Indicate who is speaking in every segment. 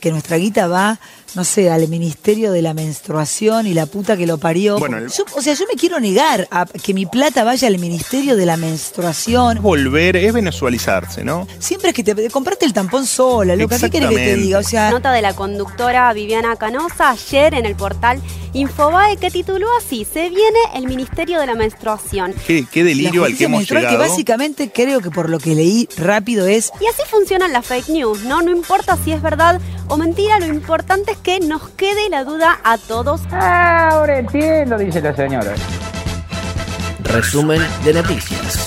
Speaker 1: que nuestra guita va, no sé, al Ministerio de la Menstruación y la puta que lo parió.
Speaker 2: Bueno, el-
Speaker 1: Yo- o sea, yo me quiero negar a que mi plata vaya al Ministerio de la Menstruación.
Speaker 2: Mm. Volver es venezualizarse, ¿no?
Speaker 1: Siempre es que te compraste el tampón sola, loca. ¿Qué querés que te
Speaker 2: Exactamente.
Speaker 1: diga? O sea,
Speaker 3: Nota de la conductora Viviana Canosa ayer en el portal Infobae que tituló así, se viene el Ministerio de la Menstruación.
Speaker 2: Qué, qué delirio
Speaker 1: la
Speaker 2: al que
Speaker 1: justicia
Speaker 2: hemos
Speaker 1: menstrual
Speaker 2: llegado.
Speaker 1: que básicamente creo que por lo que leí rápido es
Speaker 3: Y así funcionan las fake news, ¿no? No importa si es verdad o mentira, lo importante es que nos quede la duda a todos.
Speaker 4: Ah, ahora entiendo, dice la señora.
Speaker 5: Resumen de noticias.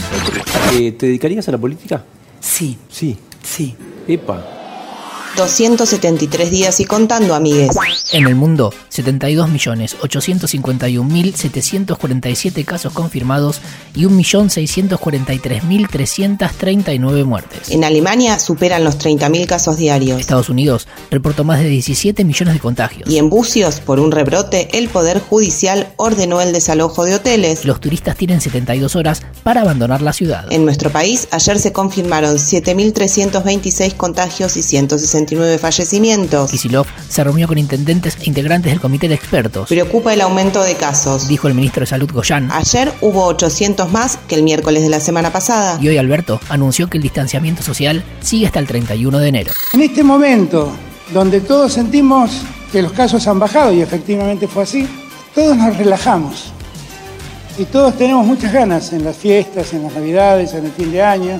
Speaker 6: Eh, ¿Te dedicarías a la política?
Speaker 1: sí,
Speaker 6: Sí.
Speaker 1: sí.
Speaker 6: Epa.
Speaker 7: 273 días y contando, amigues.
Speaker 5: En el mundo, 72.851.747 casos confirmados y 1.643.339 muertes.
Speaker 7: En Alemania superan los 30.000 casos diarios.
Speaker 5: Estados Unidos reportó más de 17 millones de contagios.
Speaker 7: Y en Bucios, por un rebrote, el Poder Judicial ordenó el desalojo de hoteles.
Speaker 5: Los turistas tienen 72 horas para abandonar la ciudad.
Speaker 7: En nuestro país, ayer se confirmaron 7.326 contagios y 169 fallecimientos.
Speaker 5: Kisilov se reunió con intendentes e integrantes del comité de expertos.
Speaker 7: Preocupa el aumento de casos.
Speaker 5: Dijo el ministro de Salud Goyan.
Speaker 7: Ayer hubo 800 más que el miércoles de la semana pasada.
Speaker 5: Y hoy Alberto anunció que el distanciamiento social sigue hasta el 31 de enero.
Speaker 8: En este momento, donde todos sentimos que los casos han bajado, y efectivamente fue así, todos nos relajamos. Y todos tenemos muchas ganas en las fiestas, en las navidades, en el fin de año,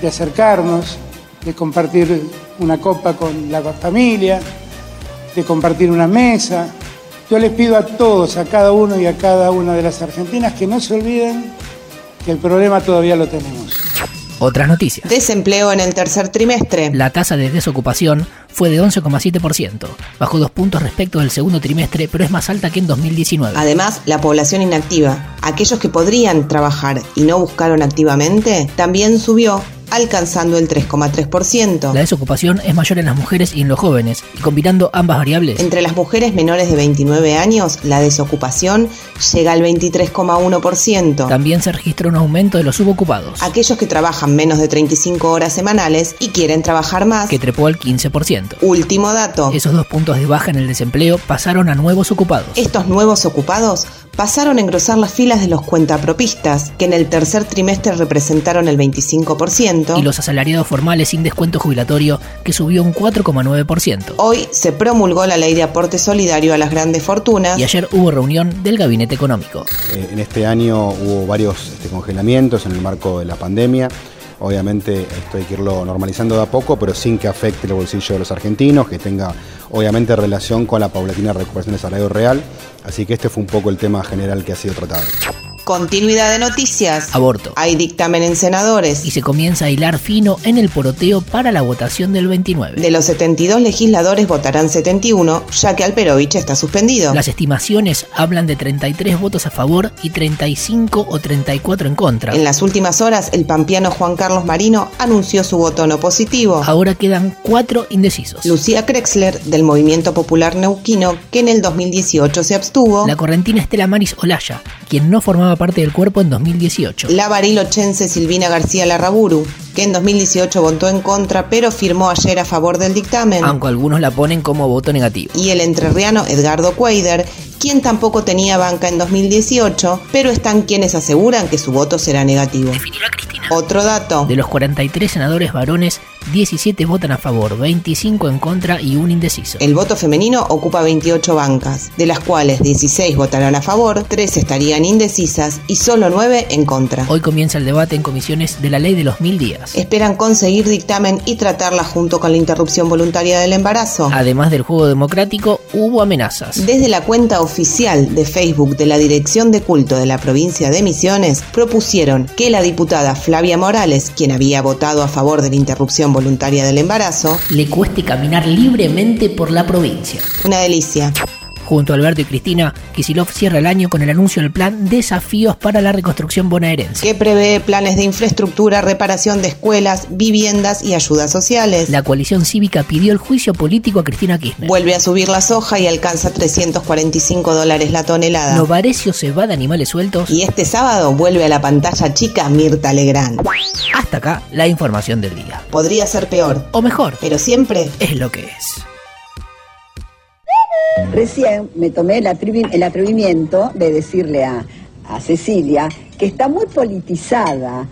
Speaker 8: de acercarnos, de compartir una copa con la familia, de compartir una mesa. Yo les pido a todos, a cada uno y a cada una de las argentinas, que no se olviden que el problema todavía lo tenemos.
Speaker 5: Otras noticias.
Speaker 7: Desempleo en el tercer trimestre.
Speaker 5: La tasa de desocupación fue de 11,7%, bajó dos puntos respecto del segundo trimestre, pero es más alta que en 2019.
Speaker 7: Además, la población inactiva, aquellos que podrían trabajar y no buscaron activamente, también subió, alcanzando el
Speaker 5: La
Speaker 7: 3,3%.
Speaker 5: desocupación es mayor en las mujeres y en los jóvenes, y combinando ambas variables,
Speaker 7: Entre las mujeres menores de 29 años, la desocupación llega al 23,1%.
Speaker 5: también se registró un aumento de los subocupados,
Speaker 7: Aquellos que trabajan menos de 35 horas semanales y quieren trabajar más.
Speaker 5: que trepó al 15%.
Speaker 7: Último dato.
Speaker 5: Esos dos puntos de baja en el desempleo pasaron a nuevos ocupados.
Speaker 7: Estos nuevos ocupados pasaron a engrosar las filas de los cuentapropistas, que en el tercer trimestre representaron el 25%.
Speaker 5: Y los asalariados formales sin descuento jubilatorio, que subió un 4,9%.
Speaker 7: Hoy se promulgó la ley de aporte solidario a las grandes fortunas.
Speaker 5: Y ayer hubo reunión del Gabinete Económico.
Speaker 9: Eh, en este año hubo varios este, congelamientos en el marco de la pandemia. Obviamente esto hay que irlo normalizando de a poco, pero sin que afecte el bolsillo de los argentinos, que tenga obviamente relación con la paulatina recuperación del salario real. Así que este fue un poco el tema general que ha sido tratado.
Speaker 7: Continuidad de noticias.
Speaker 5: Aborto.
Speaker 7: Hay dictamen en senadores.
Speaker 5: y se comienza a hilar fino en el poroteo para la votación del 29.
Speaker 7: De los 72 legisladores votarán 71, ya que Alperovich está suspendido.
Speaker 5: Las estimaciones hablan de 33 votos a favor y 35 o 34 en contra.
Speaker 7: En las últimas horas, el pampeano Juan Carlos Marino anunció su voto no positivo.
Speaker 5: Ahora quedan 4 indecisos.
Speaker 7: Lucía Krexler, del Movimiento Popular Neuquino, que en el 2018 se abstuvo.
Speaker 5: La correntina Estela Maris Olaya, quien no formaba parte del cuerpo en 2018.
Speaker 7: La barilochense Silvina García Larraburu, que en 2018 votó en contra, pero firmó ayer a favor del dictamen.
Speaker 5: Aunque algunos la ponen como voto negativo.
Speaker 7: y el entrerriano Edgardo Cuader, quien tampoco tenía banca en 2018, pero están quienes aseguran que su voto será negativo. Otro dato.
Speaker 5: De los 43 senadores varones, 17 votan a favor, 25 en contra y un indeciso.
Speaker 7: El voto femenino ocupa 28 bancas, de las cuales 16 votarán a favor, 3 estarían indecisas y solo 9 en contra.
Speaker 5: Hoy comienza el debate en comisiones de la ley de los mil días.
Speaker 7: Esperan conseguir dictamen y tratarla junto con la interrupción voluntaria del embarazo.
Speaker 5: Además del juego democrático, hubo amenazas.
Speaker 7: Desde la cuenta oficial de Facebook de la Dirección de Culto de la provincia de Misiones, propusieron que la diputada Flavia Morales, quien había votado a favor de la interrupción voluntaria del embarazo,
Speaker 5: le cueste caminar libremente por la provincia.
Speaker 7: una delicia.
Speaker 5: Junto a Alberto y Cristina, Kisilov cierra el año con el anuncio del plan Desafíos para la Reconstrucción Bonaerense.
Speaker 7: que prevé planes de infraestructura, reparación de escuelas, viviendas y ayudas sociales.
Speaker 5: La coalición cívica pidió el juicio político a Cristina Kirchner.
Speaker 7: Vuelve a subir la soja y alcanza 345 dólares la tonelada.
Speaker 5: Novarecio se va de animales sueltos.
Speaker 7: Y este sábado vuelve a la pantalla chica Mirta Legrand.
Speaker 5: Hasta acá la información del día.
Speaker 7: Podría ser peor,
Speaker 5: O mejor,
Speaker 7: pero siempre
Speaker 5: es lo que es.
Speaker 1: Recién me tomé el, atrevi- el atrevimiento de decirle a, a Cecilia que está muy politizada